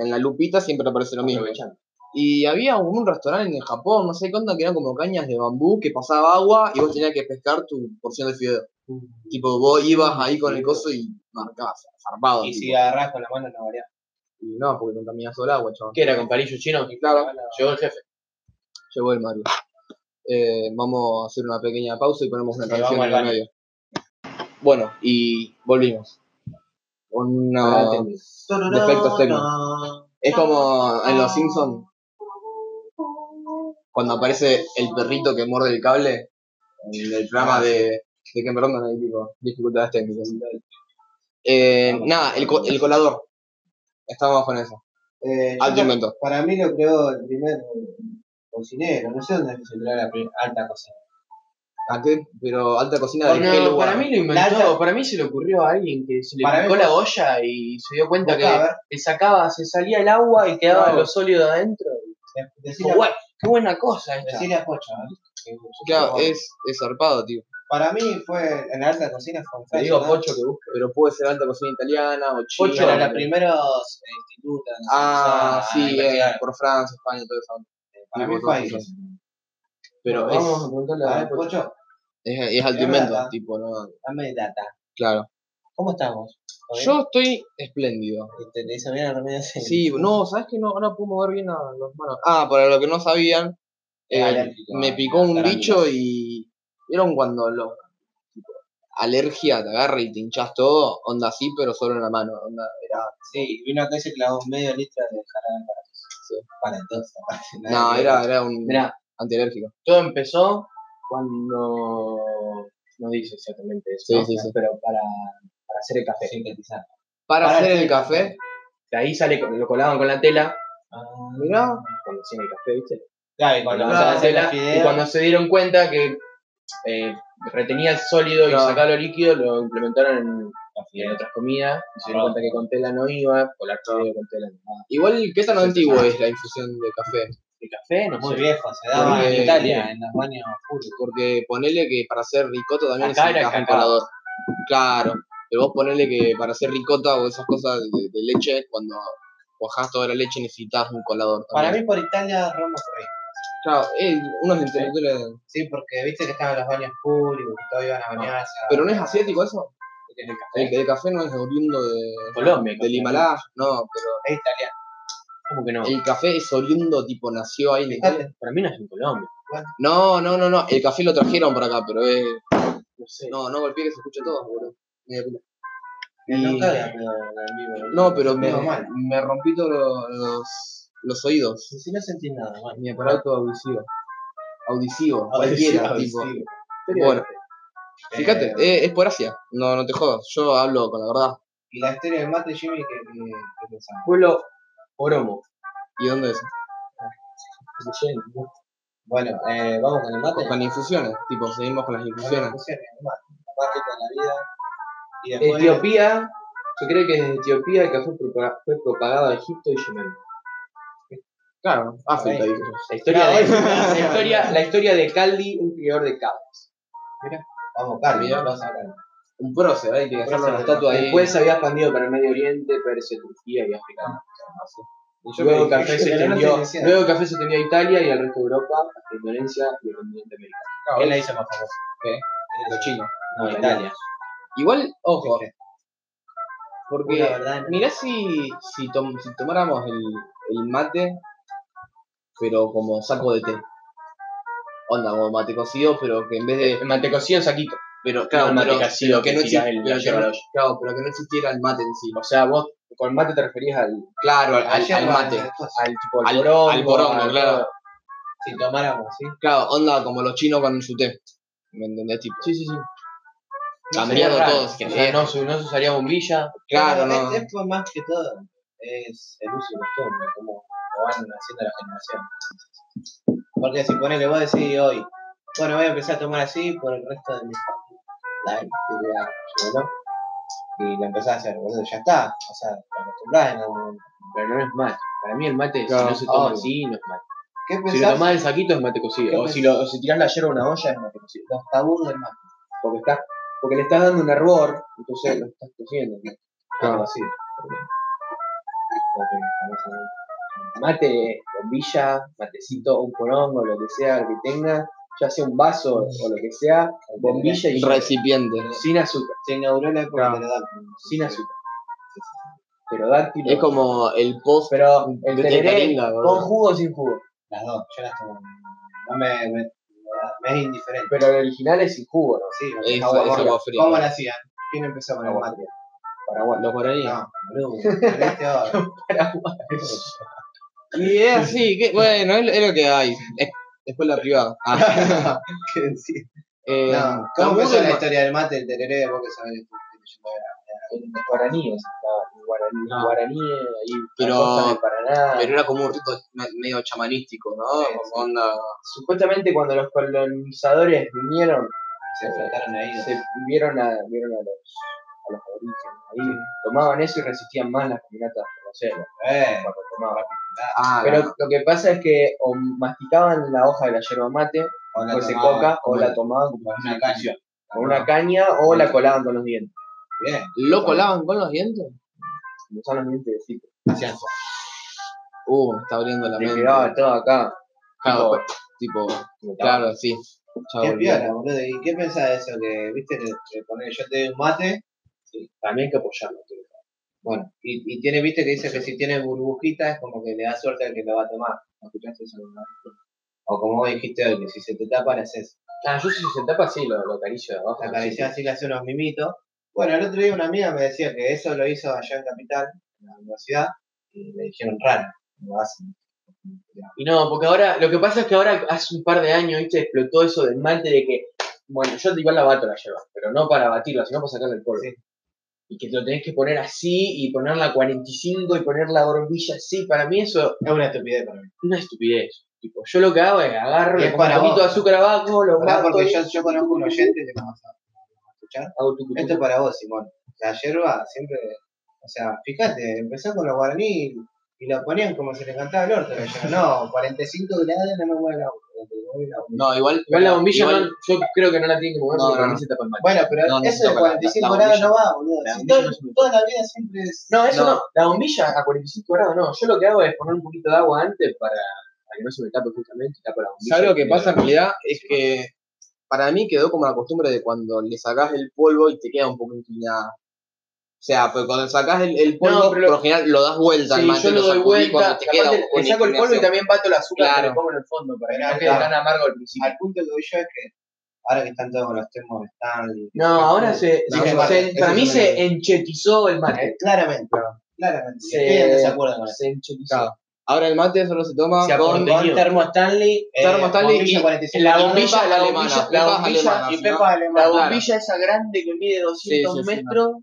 B: en la lupita siempre aparece lo mismo.
C: Aprovechando.
B: Y había un, un restaurante en Japón, no sé qué onda, que eran como cañas de bambú que pasaba agua y vos tenías que pescar tu porción de fideo.
A: Mm.
B: Tipo, vos ibas ahí con el coso y marcabas, zarpado.
A: Y ah.
B: tipo.
A: si agarrás con la mano no valía.
B: Y no, porque contaminás todo el agua, chaval.
C: ¿Qué era? ¿Con palillo chino?
B: Claro.
C: Llegó el jefe.
B: Llegó el Mario. Eh, vamos a hacer una pequeña pausa y ponemos una
A: Sí,
B: canción
A: vamos
B: en
A: al
B: el
A: baño.
B: medio. Bueno, y volvimos. Con Una... Ah, Defectos técnicos. Es como en Los Simpsons, cuando aparece el perrito que muerde el cable, en el programa
A: Ah, sí.
B: de, de Ken Brandon, ahí tipo, dificultades técnicas. Eh, nada, el, co- el colador. Estábamos con eso.
A: Eh, yo
B: Alto
A: creo-
B: invento.
A: para mí lo creó el primer cocinero. No sé dónde se creó la pri- alta cocina.
B: ¿A qué? Pero alta cocina de
C: Bueno,
B: qué lugar?
C: para mí lo inventó,
A: Lata.
C: para mí se le ocurrió a alguien que se le
A: Para
C: picó
A: mí-
C: la olla y se dio cuenta
A: Buscá, a
C: que
A: ver,
C: le sacaba, se salía el agua y quedaba
A: Claro.
C: los sólidos adentro.
A: de- decile,
C: Dijo,
A: a-
C: "Guau, qué buena cosa esta.
A: decile a Pocha. a ver.
B: Claro, eh. es, es zarpado, tío.
A: Para mí fue en la alta cocina fue un
C: Te
A: fallo,
C: digo a
A: ¿no?
C: Pocho que busque.
B: Pero puede ser alta cocina italiana o china.
C: Pocho
A: Pero
C: era
A: los
B: o-
A: primeros eh, institutos. no sé,
B: Ah,
A: empezaron a
B: sí, eh,
A: investigar.
B: por Francia, España y todo eso.
A: Para mí
B: por
A: fue
B: todas
A: ahí.
B: esas cosas. Pero
C: Bueno, vamos
B: es,
C: a preguntarle
A: A
C: a
A: ver, pues,
C: Pocho.
A: Pocho,
B: es, es alto
A: Es
B: invento,
A: verdad.
B: tipo, ¿no?
A: dame data.
B: Claro.
A: ¿Cómo estamos? ¿Todo bien?
B: Yo estoy espléndido.
A: ¿Te, te hizo bien la remedio?
B: Sí, no, ¿sabes que no? Ahora puedo mover bien a los manos. Ah, para lo que no sabían, eh,
A: Alérgico,
B: me
A: ah,
B: picó un
A: tarántulas.
B: bicho y. ¿Vieron cuando lo. tipo, alergia te agarra y te hinchas todo? Onda así, pero solo en la mano. Onda, era.
A: Sí, vino acá y se clavó medio litro de jarabe para
B: Sí.
A: Para entonces, aparte, nada
B: No,
A: que
B: era,
A: ver.
B: era un
C: Mirá,
B: antialérgico.
C: todo empezó cuando no dice exactamente eso,
B: Sí,
C: ¿no?
B: sí, sí.
C: pero para, para hacer el café.
A: Sintetizar.
B: Para,
A: Para
B: hacer el
A: hacer
B: café,
C: De ahí sale, con- lo colaban con la tela,
A: Ah,
B: mirá,
C: cuando hacían el café, ¿viste?
A: Claro, y cuando
C: Cuando
A: empezaba a
C: la
A: hacer
C: tela,
A: los
C: y
A: fideos,
C: cuando se dieron cuenta que eh, retenía el sólido
B: Claro.
C: y sacaba lo líquido, lo implementaron en, en
A: fideos.
C: otras comidas. Y se dieron
A: Claro.
C: cuenta que con tela no iba, colar fideo con tela no iba.
B: Igual, ¿qué tan antiguo es la infusión de café?
C: El café, no
A: muy
C: sé.
A: viejo, se daba
B: Porque-
A: en Italia, en los baños públicos.
B: Porque ponele que para hacer ricota también
C: Acá era
B: necesitas un
C: cacao.
B: colador. Claro, pero vos ponele que para hacer ricota o esas cosas de, de leche, cuando cuajás toda la leche necesitas un colador.
A: Para
B: también.
A: mí por Italia Roma fue ahí.
B: Claro, eh, unos intelectuales.
A: Sí, porque viste que estaban los baños públicos, que todos iban a bañarse. a-
B: Pero no es asiático eso.
C: En el café.
B: El, el café no es oriundo de,
C: Colombia,
B: del Himalaya, no, pero
A: Es italiano.
C: ¿Cómo que no?
B: el café es oriundo, tipo nació ahí. en Italia.
A: Fíjate,
C: Para mí no es en Colombia.
B: No, no, no, no, el café lo trajeron para acá, pero es.
C: No sé.
B: No, no golpeé que se escucha todo, boludo. Media pila.
A: que no
B: Y-
A: caga, pero en vivo.
B: No, pero me,
A: Medio mal.
B: me rompí todos lo- los, los oídos.
A: Si no sentís nada, bueno.
B: Mi aparato auditivo. Auditivo, cualquiera, tipo.
A: Auditivo.
B: Bueno,
A: Eh,
B: fíjate, eh, es por Asia. No, no te jodas. Yo hablo con la verdad.
A: Y la historia del mate, Jimmy, que, que, que pensamos.
C: Pueblo Oromo.
B: ¿Y dónde es?
A: Bueno, eh, vamos con el mate.
B: Con infusiones, tipo, seguimos con las
A: Vamos con las
B: infusiones.
A: infusiones, el mate. El mate con la vida. Y después.
C: Etiopía. Se cree que desde Etiopía el café propa- fue propagado a Egipto y Yemen.
B: Claro, África,
A: Ahí.
B: dije yo.
C: La historia,
A: Claro,
C: de,
A: eso-
C: la, historia, la historia de Caldi, un criador de cabras.
A: Vamos, Carmen,
B: Mirá.
A: vamos a Carmen.
B: Un prócer, hay que hacerlo una
A: prócer,
B: estatua ahí.
C: Después se había expandido para el Medio Oriente, Persia, Turquía y África.
B: Y yo me
C: Luego el
B: dije,
C: café se
A: pero no
C: extendió,
A: tiene ciencia.
C: luego el café se extendió a Italia y al resto de Europa, hasta Indonesia y el continente americano.
B: "Claro,
A: Él la hizo más famosa.
B: ¿Qué? los chinos.
A: No,
C: Italia.
A: Italia.
B: Igual, ojo, porque
A: Pura verdad.
B: Mirá si, si, tom- si tomáramos el, el mate, pero como saco de té. Onda, como mate cocido, pero que en vez de.
C: El mate cocido en saquito.
B: Pero,
C: no, el mate
B: pero,
C: cocido
B: pero que
C: que
B: no
C: tirás
B: exi- pero
C: el- la
B: que no-
C: yerba de olla.
B: claro, pero que no existiera el mate en sí.
C: O sea, vos con mate te referías al,
B: Claro, al, al-
A: Ayer
B: al
A: no,
B: mate.
A: después,
C: al tipo al,
B: Al-
C: porongo.
B: al porongo, claro.
A: Si tomáramos, ¿sí?
B: Claro, onda como los chinos con su té. ¿Me entendés? Tipo,
C: Sí, sí, sí.
B: cambiando
A: sería
B: todos.
A: raro.
B: que
C: O
B: sea,
C: sea, no, se- no se usaría bombilla.
B: Claro,
A: Pero
B: no.
A: Es, es por más que todo, es el uso y costumbre, como lo van haciendo las generaciones. Porque si ponele vos decís hoy, bueno, voy a empezar a tomar así por el resto de mi vida. ¿no? Y lo empezás a hacer, boludo, ya está. O sea, te acostumbrás en algún momento.
C: Pero no es mate. Para mí el mate,
B: Claro.
C: si no se toma
A: Oh.
C: así, no es mate.
A: ¿Qué
C: Si lo
A: pensás
C: tomás del saquito es mate
A: ¿Qué
C: cocido. O
A: pensás?
C: si, lo, o si tirás la hierba a una olla es mate cocido.
A: los tabús del mate?
C: Porque, estás, porque le estás dando un error, entonces lo estás cociendo. ¿no?
B: Claro.
C: Algo así. Porque no sé, Mate, bombilla, matecito, un porongo, lo que sea que tenga, ya sea un vaso o lo que sea, bombilla y
B: recipiente.
C: sin azúcar,
A: Se inauguró la época de
B: Claro.
A: la edad.
C: sin azúcar. Pero dáctilo.
B: Es como el post
C: Pero el
B: de
C: tereré,
B: Tetarinda,
C: con
B: boludo.
C: jugo o sin jugo.
A: Las dos, yo las tomo. No me, me, me es indiferente.
C: Pero el original es sin jugo, ¿no?
A: Sí,
B: Es-
A: agua
B: es
A: morga.
B: agua fría.
A: ¿Cómo la hacían? ¿Quién empezó con el
C: Agua
A: mate?
C: Paraguay.
B: Los por ahí.
A: No, boludo, perdiste ahora.
B: Y es así, que, bueno, es, es lo que hay. Es- Escuela privada. Ah.
A: ¿Qué decir?
B: Eh,
A: No, ¿Cómo
B: tampoco
A: empezó
B: es
A: la
B: ma-
A: historia del mate, el tereré? Vos que sabés.
C: en guaraní, o sea, estaba en guaraní,
B: No.
C: guaraní, ahí en la
B: Pero-
C: costa de Paraná.
B: Pero era como un rito me- medio chamanístico, ¿no?
C: Sí, sí.
B: Como onda.
C: Supuestamente cuando los colonizadores vinieron,
A: Se enfrentaron ahí.
C: se vieron a, vieron a los, a los aborígenes, ahí tomaban eso y resistían más las caminatas por la selva,
A: Eh,
C: cuando tomaban.
B: Ah, la-
C: Pero lo que pasa es que o masticaban la hoja de la yerba mate,
A: o la
C: o se
A: tomaban
C: coca, o
A: con
C: la tomaban con
A: con una caña.
C: con una caña, o la colaban con los dientes.
A: Bien,
B: ¿Lo colaban con los dientes?
C: Como son los dientes de cito.
A: hacían
B: Uh, me está abriendo la
C: Le
B: mente.
C: quedaba todo acá.
B: Claro, pues, tipo, claro, sí. Ya
A: Qué
B: volví.
A: piola, boludo. ¿Y qué pensás de eso? Que, viste, que, que poner yo te doy un mate.
C: También hay que apoyarlo. tío.
A: Bueno, y, y tiene, viste, que dice que si tiene burbujitas es como que le da suerte al que lo va a tomar. ¿No escuchaste eso alguna vez? O como vos dijiste hoy, que si se te tapan es eso.
C: Ah, yo si se tapa, sí, lo, lo acaricio de abajo.
A: la acariciás así que hace unos mimitos. Bueno, el otro día una amiga me decía que eso lo hizo allá en Capital, en la universidad, y le dijeron raro, lo hacen.
C: Y no, porque ahora, lo que pasa es que ahora hace un par de años, viste, explotó eso del mate de que, bueno, yo igual la bato la lleva, pero no para batirla, sino para sacarle el polvo.
A: Sí.
C: Y que te lo tenés que poner así y ponerla a 45 y poner la bombilla así. Para mí eso es
A: Es una estupidez para mí.
C: una estupidez. Tipo, yo lo que hago es agarro,
A: Y
C: le
A: es
C: pongo un
A: para
C: poquito
A: vos.
C: de azúcar abajo, lo
A: Pará,
C: bato
A: porque
C: y
A: yo, yo conozco un oyente que me vas a escuchar.
C: hago tu
A: Esto es para vos, Simón. La yerba siempre, o sea, fíjate, empezó con los guaraní y lo ponían como se les cantaba el orto. Le dijeron, no, 45 grados no me mueve la boca, no me mueve la boca".
B: No, igual.
C: Igual la bombilla,
B: igual-
C: no- yo creo que no la tienen que mover
B: No,
C: porque
B: no,
C: para mí
B: no.
C: se tapa el mate.
A: Bueno, pero
B: No, no se
A: eso de
B: toca la- la-
A: 45
B: la
A: grados
B: bombilla.
A: no va, boludo.
B: La
A: Si
B: bombilla
A: todo-
B: no se-
A: toda la vida siempre es...
C: No, eso
B: No.
C: no. La bombilla a 45 grados no. Yo lo que hago es poner un poquito de agua antes para, para que no se me tape justamente. Tapa la bombilla.
B: ¿Sabes lo que pasa en realidad? Es que para mí quedó como la costumbre de cuando le sacás el polvo y te queda un poco inclinada. O sea, pues cuando sacás el, el polvo,
C: No, pero
B: por
C: lo-
B: lo general lo das vuelta al
C: Sí,
B: mate,
C: yo lo doy
B: sacudís
C: vuelta.
B: cuando te queda
C: aparte
B: un poco
C: le
B: de
C: saco el polvo y
B: inclinación.
C: también bato el azúcar que
B: Claro.
C: le pongo en el fondo para que
A: Claro,
C: no quede
A: claro.
C: tan amargo al principio.
A: Al punto que voy yo es que ahora que están todos con los termos Stanley,
C: No, ahora se,
B: No, eso
C: se- se-
A: es- eso
C: para
A: es
C: mí
A: una
C: se
A: idea.
C: enchetizó el mate.
A: eh, claramente, claramente, Eh,
C: Sí.
A: estoy en desacuerdo con eso.
C: Se enchetizó.
B: Claro. Ahora el mate solo se toma
C: Se ha
B: con
C: contenido.
A: termo Stanley, eh,
B: Termo Stanley
A: bombilla
B: y
A: 45,
C: La
B: y
C: bombilla,
B: pepas
C: la
B: alemanas,
C: bombilla,
B: pepas
C: la bombilla
B: alemanas,
A: y
B: ¿no?
A: pepa alemana.
C: La
B: Claro.
C: bombilla esa grande que mide 200
B: sí, sí,
C: metros.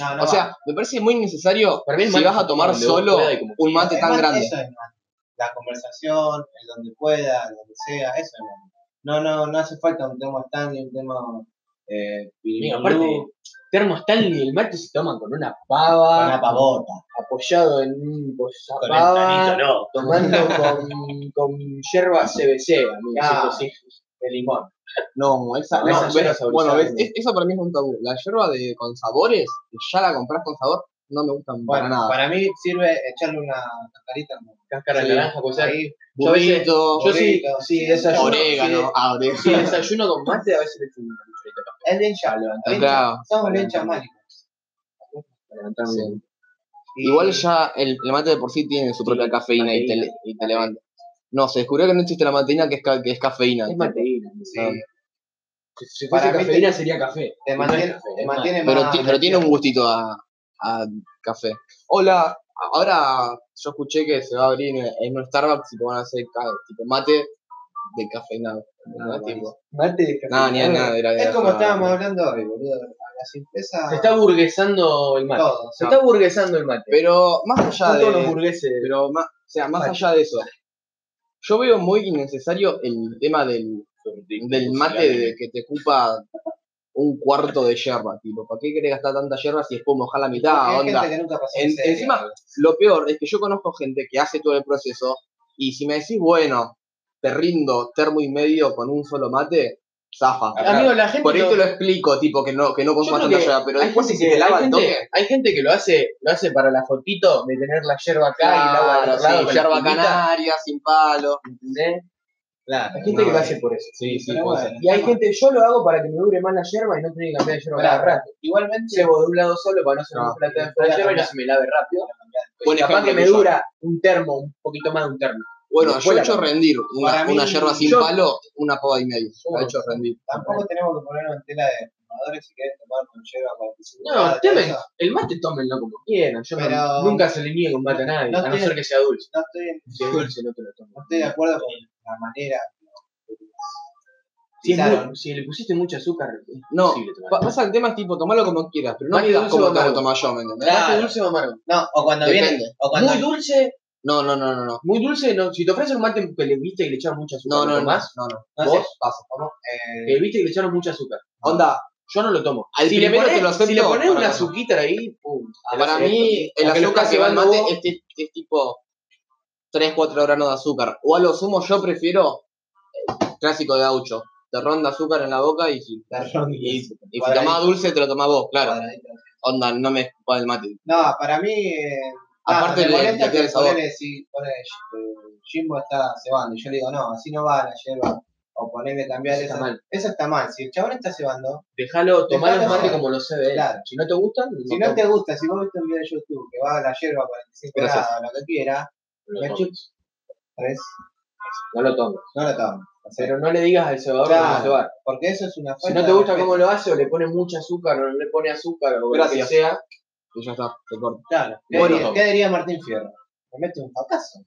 A: No, no va.
B: O sea, me parece muy necesario
C: Para mí el
B: si
C: mate
B: vas a
C: es
B: tomar
C: donde vos
B: solo
C: puedas y como
B: un mate
A: Es
B: tan
A: más,
B: grande.
A: Eso es más. La conversación, el donde pueda, el donde sea, eso es más. No, no, no hace falta un termo Stanley, un termo eh,
C: Mira,
A: Piribilú,
C: aparte, termo Stanley y el mate se toman con una pava.
A: con una pavota,
C: apoyado en un
A: con
C: pozapaba,
A: el tanito, no.
C: tomando con, con yerba CBC, amigo,
A: Ah.
C: sí, sí, de limón.
B: No, esa,
C: No,
B: no,
C: esa
B: ves-
C: yerba saborizada
B: bueno, ves,
C: no.
B: es- eso para mí es un tabú. La yerba de, con sabores, que ya la compras con sabor, no me gustan
A: Bueno,
B: para nada.
A: para mí sirve echarle una cascarita. ¿no?
C: Cáscara
B: Sí.
C: de naranja, pues sea,
A: Ahí,
C: yo a veces-
B: Burrito,
C: yo sí,
A: Burrito,
C: sí,
A: sí,
C: desayuno,
B: orégano,
C: sí,
B: ah, orégano.
C: sí, desayuno con mate, a veces le echo una cucharita de café
A: es bien shallow,
B: Ah,
A: bien
B: claro.
A: shallow. somos bien chamánicos.
C: para levantarme.
B: Sí. Igual ya el, el mate de por sí tiene su propia cafeína, y, te, le- y te levanta. No, se descubrió que no existe la mateína que es, ca- que es cafeína.
C: Es mateína. ¿no?
A: Sí.
C: Si- Si fuese
A: Para mí
C: cafeína sería café.
A: Te mantiene,
C: No es café,
A: te
C: es
A: mantiene
B: Pero,
A: más.
B: ti- pero tiene un gustito a, a café. Hola, ahora yo escuché que se va a abrir en, en un Starbucks y te van a hacer ca- tipo mate de cafeinado.
C: Ah,
B: No,
A: no,
B: tipo.
C: Mate de
B: No, ni a nada, era de
A: Es como
B: café.
A: estábamos hablando hoy, boludo. La simpleza.
C: Se está burguesando el mate.
A: todo.
C: Se está burguesando el mate.
B: Pero más allá
C: Son
B: de.
C: todos los burgueses.
B: Pero más, o sea, más
C: Vale.
B: allá de eso, yo veo muy innecesario el tema del, del mate de que te ocupa un cuarto de yerba. Tipo, ¿para qué querés gastar tanta yerba si después mojar la mitad?
A: Porque hay
B: onda?
A: gente que nunca pasó
B: En-
A: miseria,
B: encima-
A: boludo.
B: Lo peor es que yo conozco gente que hace todo el proceso y si me decís, bueno, te rindo termo y medio con un solo mate, zafa.
A: Ah,
C: Amigo, la gente.
B: Por ahí
C: no-
B: te lo explico, tipo, que no, que no
C: Yo
B: consumas
C: creo
B: tanta
C: que
B: yerba, pero
C: hay
B: después si
C: gente
B: se
C: que-
B: te lava
C: hay
B: el
C: gente,
B: toque.
C: Hay gente que lo hace, lo hace para la fotito de tener la yerba acá y el agua del
B: Claro,
C: otro lado.
B: sí,
C: con la
B: yerba
C: espumita,
B: canaria, sin palo.
C: ¿entendés?
A: Claro.
C: Hay gente
B: No,
C: que lo
B: eh.
C: hace por eso.
B: Sí, sí,
A: Pero
B: puede
A: bueno.
B: ser.
C: Y hay gente, yo lo hago para que me dure más la yerba y no tener que cambiar de yerba
A: Pará,
C: cada rato.
A: Igualmente.
C: Llevo de un lado solo para no se me
B: No.
C: mezcle la plata de la yerba y no se me lave rápido.
B: Buen
C: Capaz
B: ejemplo
C: que me
B: tuyo.
C: dura un termo, un poquito más de un termo.
B: Bueno, yo
C: Después
B: he
C: la
B: hecho
C: cambio.
B: rendir una,
A: Para mí,
B: una yerba sin
C: yo-
B: palo, una pava y medio.
C: Yo-
B: La he hecho rendir.
A: Tampoco tenemos que ponernos en tela de fumadores si quieren tomar con yerba
C: No,
A: para que se
C: temen.
A: No,
C: El mate tómenlo como quieran. Yo no-
A: Pero-
C: nunca se le niego un mate a nadie,
A: No
C: a no
A: tiene-
C: ser que sea dulce.
A: no estoy,
C: Si es dulce, no te lo tomo.
A: no estoy de acuerdo con la manera. que lo
C: Si, es
A: utilizaron.
C: mu- si le pusiste mucho azúcar, es
B: No,
C: imposible
B: Pa-
C: tomarlo.
B: Pasa el tema es tipo, tomalo como quieras, pero no
C: Mate
B: me digas
C: dulce o
B: cómo te lo
C: amargo.
B: tomás yo, ¿me entendés?
C: Mate
A: Claro.
C: dulce o amargo.
A: No, o cuando viene.
B: Depende.
A: O cuando
C: Muy dulce,
B: No, no, no, no, no.
C: muy dulce, no. Si te ofrecen un mate que le viste que le echaron mucho azúcar,
B: No,
C: ¿lo
B: no, no.
C: tomás?
B: No, no.
A: No
B: Vos
A: sé.
B: pasa.
A: eh,
C: Que viste que le echaron mucho azúcar.
B: Onda,
C: Yo no lo tomo.
B: Al
C: si, le
B: primero
C: ponés,
B: te lo
C: si le
B: acepto,
C: pones
B: para
C: una
B: mí.
C: azuquita ahí, pum. te lo
B: Para
C: acepto.
B: mí, el
C: Aunque lo
B: azúcar
C: estás
B: que va al
C: llevando
B: mate
C: vos,
B: es, ti- es tipo 3-4 granos de azúcar. O a lo sumo, yo prefiero el clásico de gaucho. Te ronda azúcar en la boca y si,
A: la ron y-
B: y, y si
A: cuadradito,
B: tomás dulce, te lo tomás vos, claro.
A: cuadradito.
B: Onda, no me escupas el mate.
A: No, para mí. eh,
B: Aparte
A: me
B: le-
A: molesta
B: le
A: que
B: queda el sabor.
A: ponele, si ponele, eh, Jimbo está cebando. Y yo le digo, no, así no va la yerba. O ponerle cambiar
C: Eso está
A: esa-
C: mal.
A: Eso está mal. Si el chabón está cebando,
C: Dejalo, tomar los
A: Dejalo
C: mates
A: llevar.
C: como los CBL.
A: Claro.
C: Si no te gustan,
A: si
C: lo
A: no te gusta, si vos viste un video de YouTube que va a la yerba 45
B: Gracias.
A: grados, lo que quiera,
C: lo
A: me
C: tomes.
A: chups. ¿Ves?
C: No lo tomes.
A: No lo tomes. O sea,
C: Pero no le digas al cebador
A: Claro.
C: cómo cebar.
A: Porque eso es una
C: Si
A: falta
C: no te
A: de
C: gusta
A: respeto.
C: cómo lo hace, o le pone mucha azúcar, o no le pone azúcar, o lo que
B: Gracias.
C: sea.
B: Y ya está, te corto.
A: Claro. ¿Qué,
B: Bueno.
A: diría, qué diría Martín Fierro? ¿Me mete un fracaso?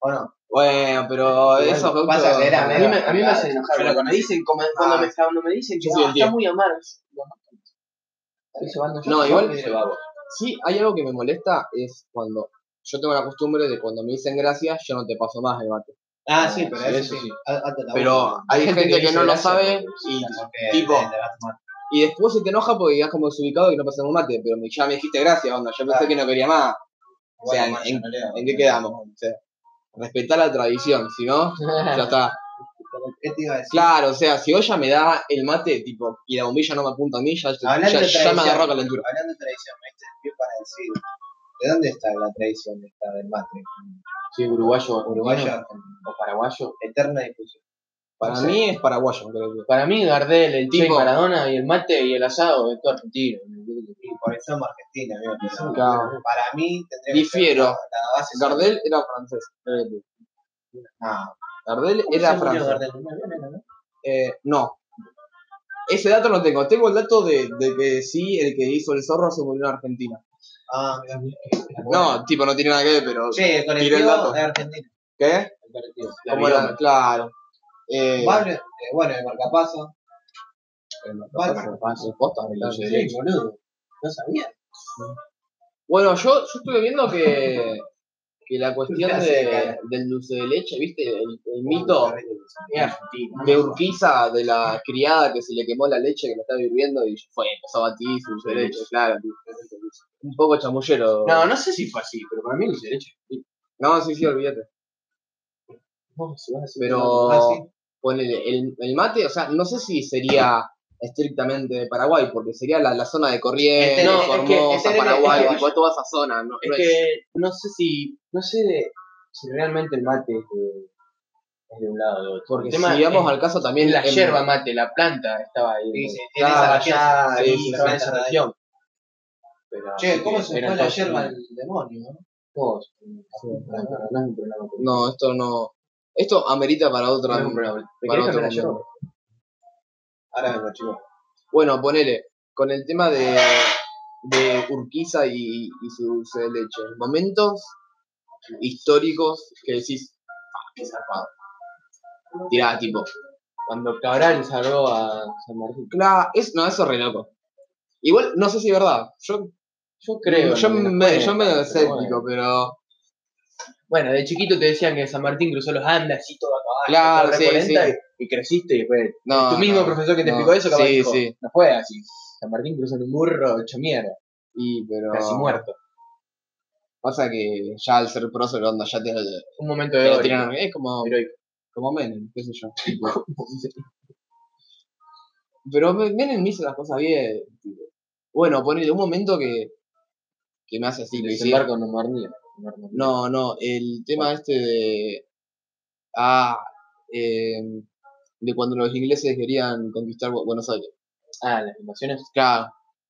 A: ¿O no?
B: Bueno, pero
A: Igual
B: eso
A: vas a acelerar,
C: A mí, me, a mí me hace enojar. Cuando me dicen, como-
B: Ah.
C: cuando, me, cuando me dicen que
B: Yo soy
C: no,
B: el
C: está
B: tío.
C: muy amargo. Estoy cebando yo.
B: No,
C: Yo
B: igual-
C: me cebaba.
B: Sí, hay algo que me molesta, es cuando yo tengo la costumbre de cuando me dicen gracias, yo no te paso más el mate.
A: Ah,
C: Ah,
A: sí, pero
C: sí,
A: eso,
C: eso
A: sí. Ah,
C: sí.
A: Al- alto tabú.
B: Pero hay gente que
C: dice
B: no lo
C: gracias,
B: sabe
C: pero
B: y
A: Porque
B: tipo,
A: te vas a tomar.
B: Y después se te enoja porque quedas como desubicado y no pasamos mate, pero me- ya me dijiste gracias, onda, yo pensé que no quería más. O sea,
A: Bueno,
B: ¿en,
A: macho, no le hago.
B: en qué quedamos? O sea, respetar la tradición, si no, ya está.
A: ¿Qué te iba a decir?
B: Claro, o sea, si hoy ya me da el mate, tipo, y la bombilla no me apunta a mí, ya, ya-
A: Hablando de
B: ya me
A: tradición,
B: agarró calentura.
A: Hablando de tradición, me diste el pie para decir, ¿de dónde está la tradición de esta del mate?
C: Sí, uruguayo,
A: Uruguayo,
C: uruguayo
A: argentino.
C: o paraguayo.
A: eterna discusión.
B: Para
A: Sí.
B: mí es paraguayo, creo que.
C: Para mí, Gardel, el
B: Tipo-
C: tipo Maradona y el mate y el asado es todo argentino.
A: Y por eso somos argentinos, amigo, pero
B: Claro.
A: Para mí, tendría que ser
B: Difiero.
A: la, la base.
B: Gardel era francés.
A: No,
B: Gardel
A: Ah, ¿cómo
B: era
A: se murió
B: francés.
A: Gardel? ¿No, no, no, no?
B: Eh, no. Ese dato no tengo. Tengo el dato de, de que sí, el que hizo el zorro se murió en Argentina.
A: Ah, mira, mira.
B: No, tipo, no tiene nada que ver, pero.
A: Che, el colectivo
B: el dato.
A: es argentino.
B: ¿Qué?
A: El colectivo.
B: ¿Cómo era? Claro. Eh,
A: Pablo, eh, bueno, el marcapaso.
B: Paso, paso, posta, claro.
A: Sí, boludo. No sabía.
B: Bueno, yo, yo estuve viendo que, que la cuestión
A: Casi me
B: de,
A: cae.
B: del dulce de leche, ¿viste? El, el mito
C: Es argentino.
B: de Urquiza, de la criada que se le quemó la leche que la estaba hirviendo y fue, empezó a batir su dulce de leche, claro. Un poco chamullero.
C: No, no sé si fue así, pero para mí el derecho.
B: No, sí, sí, olvídate. Pero
A: Ah, sí.
B: ponele, el, el mate, o sea, no sé si sería estrictamente de Paraguay, porque sería la, la zona de Corrientes,
C: No, Este, es que-
B: Formosa,
A: es que-
B: Paraguay,
C: es que-
B: tipo, toda esa zona. No,
C: Es
B: no
C: que no sé si. No sé de- si realmente el mate es de, es de un lado o de otro.
B: porque
C: El
B: si
C: tema
B: vamos
C: es-
B: al caso también...
C: en la em-
B: en-
C: yerba mate, la planta estaba ahí.
A: Sí, sí, en esa
C: estaba
A: región.
C: allá,
B: Sí,
C: ahí,
B: sí,
C: estaba en
A: sí,
C: esa
A: sí.
C: región. Pero
A: Che,
C: así
A: ¿cómo
C: que
A: se
C: eran
A: fue la
C: todos-
A: yerba al demonio? no?
C: todos. No es un problema. político.
B: No, esto no... Esto amerita para
C: No
B: otra...
C: es un problema. ¿Te
B: para
C: querés
B: otro
C: cambiar la yerba?
B: momento.
A: Ahora vengo, chicos.
B: Bueno, ponele, con el tema de, de Urquiza y, y su dulce de leche, momentos históricos que decís, "Ah, qué zarpado. tirada tipo.
C: Cuando Cabral salvó a San Martín.
B: Claro, es, no, eso es re loco. Igual, no sé si es verdad. Yo
C: Yo creo.
B: Yo,
C: en
B: me,
C: las
B: yo medio
C: cuentas, pero
B: escéptico,
C: bueno.
B: pero.
C: Bueno, de chiquito te decían que San Martín cruzó los Andes y todo a
B: Claro,
C: caballo. todo re
B: sí,
C: polenta,
B: sí.
C: Y, y creciste y después.
B: No,
C: tu mismo
B: no,
C: profesor que te
B: no.
C: explicó eso, capaz
B: Sí,
C: dijo,
B: sí.
C: no fue así. San Martín cruzó en un burro hecho mierda,
B: Y, pero.
C: casi muerto.
B: Pasa que ya al ser prócer, onda, ya te, te
C: Un momento de
B: lo
C: gloria.
B: tiran. Es como. Como Menem, qué sé yo. tipo. Pero Me- Menem hizo las cosas bien. tipo. Bueno, ponele un momento que. que me hace así. me dice,
C: Desembarco no mordía. no mordía.
B: No, no, el tema este de. Ah, em, de cuando los ingleses querían conquistar Bu- Buenos Aires.
C: Ah, las invasiones
B: Claro,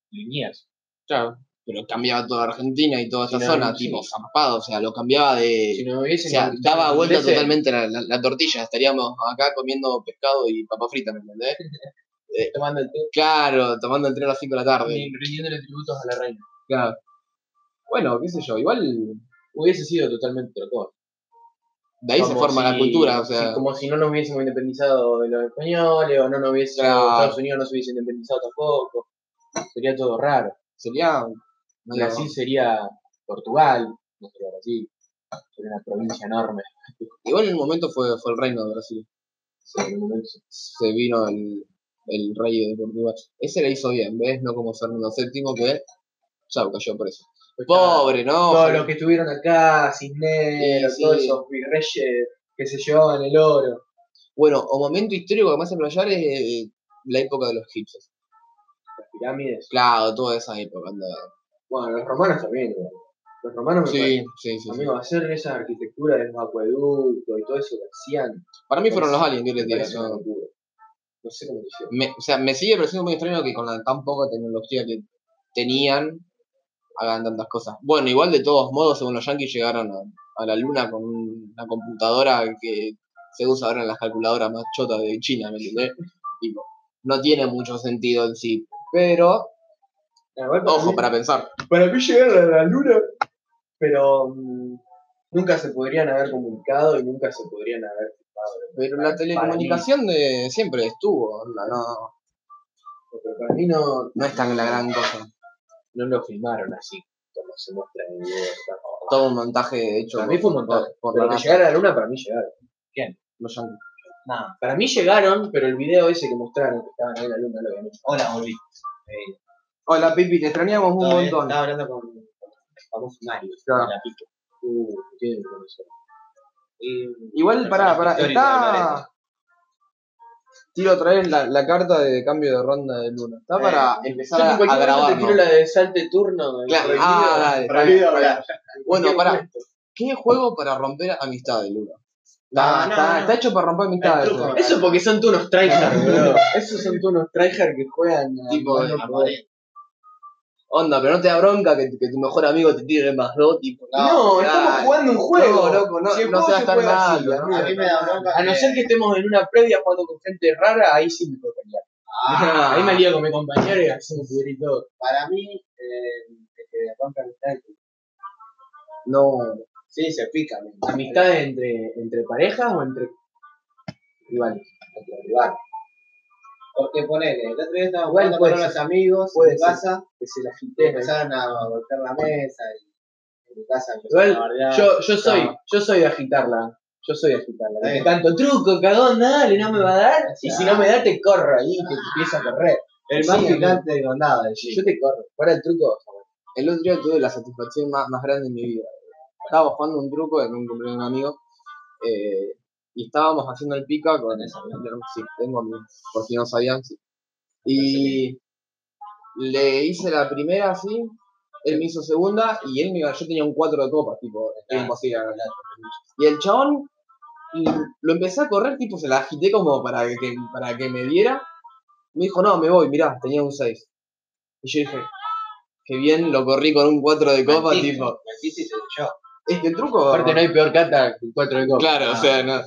C: lineas.
B: claro. Pero cambiaba toda Argentina y toda
C: Sí,
B: esta
C: no,
B: zona,
C: sí.
B: tipo zampado, o sea, lo cambiaba
C: Si
B: de.
C: no
B: O
C: hubiesen
B: sea,
C: conquistado
B: daba
C: los
B: vuelta
C: ingleses,
B: totalmente la, la- la tortilla, estaríamos acá comiendo pescado y papa frita, ¿me entendés?
C: Tomando el té
B: Claro, tomando el tren a las 5 de la tarde.
C: y rindiéndole tributos a la reina.
B: Claro. Bueno, qué sé yo, igual
C: Hubiese sido totalmente otra cosa.
B: de ahí se
C: Como
B: forma la
C: si-
B: cultura, o sea.
C: si- como si no nos hubiésemos independizado de los españoles, o no nos hubiese,
B: Claro.
C: Estados Unidos no se hubiese independizado tampoco. Sería todo raro.
B: Sería.
C: Brasil sería Portugal, no sería Brasil. Sería una provincia enorme.
B: Igual en un momento fue, fue el reino de Brasil.
C: Sí, en un momento sí.
B: se vino el, el rey de Portugal. Ese la hizo bien, ¿ves? No como Fernando VII, que chau, cayó preso.
C: Pues
B: Pobre, ¿no?
C: Todos
B: Fer-
C: los que estuvieron acá, Cisneros,
B: Sí, sí.
C: todos esos virreyes que se llevaban el oro.
B: Bueno, o momento histórico que me hace playar es eh, la época de los egipcios.
C: Las pirámides.
B: Claro, toda esa época. anda.
C: Bueno, los romanos también. igual. Los romanos, me
B: Sí, sí, sí.
C: parece,
B: sí.
C: amigo, hacer esa arquitectura de los acueductos y todo eso que hacían.
B: Para mí fueron los aliens, yo
C: me
B: les digo.
C: parece una
B: yo-
C: locura. No sé cómo lo hicieron.
B: me- o sea, me sigue pareciendo muy extraño que con la tan poca tecnología que tenían hagan tantas cosas. Bueno, igual de todos modos, según los yankees, llegaron a, a la luna con un- una computadora que se usa ahora en las calculadoras más chotas de China, ¿me entendés? Tipo, no tiene mucho sentido en sí, pero
C: Ah, igual para
B: ojo
C: mí-
B: para pensar.
C: Para mí llegaron a la luna, pero mm, nunca se podrían haber comunicado y nunca se podrían haber fijado.
B: Pero
C: Para-
B: la
C: para
B: telecomunicación de siempre estuvo, onda, no,
C: mí- Pero para mí no,
B: no es tan la gran cosa.
C: no lo filmaron así, como se muestra en el video. "Ah, tampoco.
B: Todo un montaje hecho
C: Para mí fue un montaje.
B: por, por
C: Pero
B: la
C: que
B: NASA,
C: llegaron a la luna, para mí llegaron.
B: los yankees.
A: Nada,
C: Para mí llegaron, pero el video ese que mostraron que estaban ahí en la luna lo habían hecho.
A: hola, volví. Eh,
B: Hola, Pipi, te extrañamos un
A: estaba,
B: montón.
A: estaba hablando con, con el famoso Mario,
B: Claro.
A: de la Pico.
C: Uh, qué conocer.
A: Y-
B: Igual, pará, pará,
A: Histórico de
B: está.
A: Loreto.
B: Tiro otra vez la, la carta de cambio de ronda de Luna. Está
A: Eh,
B: para
C: Yo
B: empezar
C: en
B: a,
C: cualquier
B: a
C: momento
B: grabar.
C: te tiro
B: ¿no?
C: la de salte turno. de
B: Claro.
C: prohibido-
B: Ah, dale, está bien,
C: prohibido
B: está bien.
C: hablar.
B: Bueno,
C: Cualquier
B: pará,
C: momento.
B: ¿qué juego para romper amistades, Luna?
C: Ah,
A: No,
B: Está,
A: no,
B: está-
A: no.
B: está hecho para romper amistades.
A: truco.
B: ¿no?
C: Eso porque son todos unos tryhards, boludo. Esos son todos unos tryhards que juegan. a-
B: Tipo,
C: no,
B: de-
C: no,
A: Aparente.
B: Onda, pero no te da bronca que, que tu mejor amigo te tire más dos, tipo.
C: No, estamos
B: dale.
C: jugando un juego.
B: No, loco, no-
C: Si el
B: no
C: juego
B: seas
C: se
B: tan
C: juega así,
B: malo,
C: boludo.
A: A mí me da bronca.
C: A no ser que estemos en una previa jugando con gente rara, ahí sí me puedo pelear.
A: Ah,
C: Ahí me lío con mi compañero y hacemos pudrir y todo.
A: para mí, eh, que
C: este,
A: te rompa amistad.
B: No,
A: Sí, se pica. me-
C: ¿Amistad entre, entre parejas o entre rivales?
A: Entre rivales. Porque ponele, el otro día estaba
C: Igual
A: jugando
C: puede
A: con unos amigos
C: Puede
A: en mi
C: ser.
A: casa
C: Que se las
A: y
C: jiten.
A: empezaron a golpear la mesa y en mi casa
C: Igual,
A: empezaron a bardear.
C: Yo, yo soy, yo soy de agitarla. Yo soy de agitarla.
A: Está bien.
C: Tanto truco, cagón, dale, no me va a dar. Y si no me da, te corro ahí, te empiezo a correr.
A: el más
C: Sí,
A: picante del condado, el
C: Yo te corro. Fuera el truco,
B: El otro día tuve la satisfacción más, más grande de mi vida. Estábamos jugando un truco en un cumpleaños de un amigo eh, y estábamos haciendo el pica con esa. Sí, tengo mi- por si no sabían. sí. Y le hice la primera así, él me hizo segunda y él me iba- yo tenía un 4 de copas, tipo, era imposible ganar. Y el chabón mm, lo empecé a correr, tipo, se la agité como para que, para que me diera. Me dijo, no, me voy, mirá, tenía un 6. Y yo dije, qué bien, lo corrí con un 4 de copa,
A: Mentí,
B: tipo.
A: mentí, sí, sí, yo.
B: Es que el truco.
C: Aparte, no hay peor cata que el 4 de copa.
B: Claro, o
C: Ah.
B: sea, no.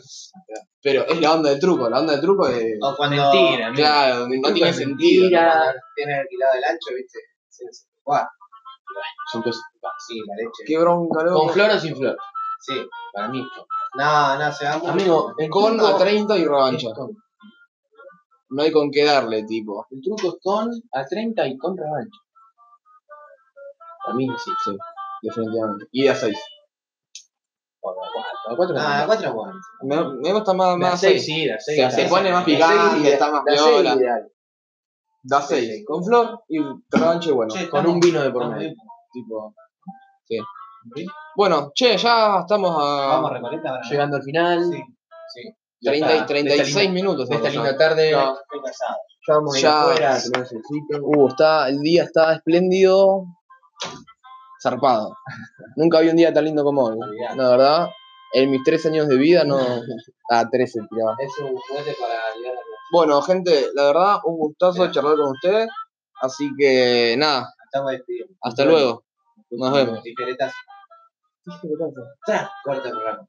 B: Pero es la onda del truco, la onda del truco de.
C: Ah,
A: O cuando
C: Mentira, amigo.
B: Claro, no
C: truco
B: tiene
C: es
B: sentido.
C: mentira.
A: cuando tienes alquilado el ancho, viste, sí, sí. Guau,
C: Son cosas que pasan.
A: sí, la leche.
B: Qué bronca, loco.
C: ¿Con flor o sin flor?
A: Sí,
C: Para mí.
A: No, no, se va mucho.
C: Amigo, el
B: Con
C: truco
B: a 30 y
C: es
B: revancha.
C: con-
B: No hay con qué darle, tipo.
C: El truco es con a 30 y con revancha. Para mí sí.
B: Sí, definitivamente. Y a 6.
C: O a 4. A 4
A: No, Ah, a cuatro aguanta.
B: Me, me gusta más, más a 6.
C: sí, de a
B: Se,
C: 6.
B: se pone más
A: La seis
B: picante, está más piola.
C: ideal.
B: Da
C: Sí,
B: 6.
C: sí.
B: Con flor y revancha y bueno.
A: Che,
C: Con un vino de por
A: estamos
C: medio.
A: bien.
B: Tipo. Sí. Bueno, che, ya estamos
A: Vamos a
B: a
A: Recoleta ahora.
C: Llegando al final.
A: Sí,
C: Ya
B: 30 y
C: está.
B: 36
C: Esta linda-
B: minutos.
C: Esta
B: estamos ya.
C: linda tarde.
B: Ya.
A: estoy cansado.
C: Ya vamos a ir
B: Ya.
C: afuera, a tomar un solcito.
B: Uh, está, el día está espléndido. Zarpado. Nunca había un día tan lindo como hoy.
A: Olvidate.
B: La verdad, en mis tres años de vida no. Ah, 13, tiraba.
A: Es un juguete para ayudar a
B: Bueno, gente, la verdad, un gustazo
A: Bien.
B: charlar con ustedes. Así que nada,
A: Estamos despidiendo.
B: hasta
A: Bueno.
B: luego. Nos vemos.
A: Tijeretazo. Tra, corta el programa.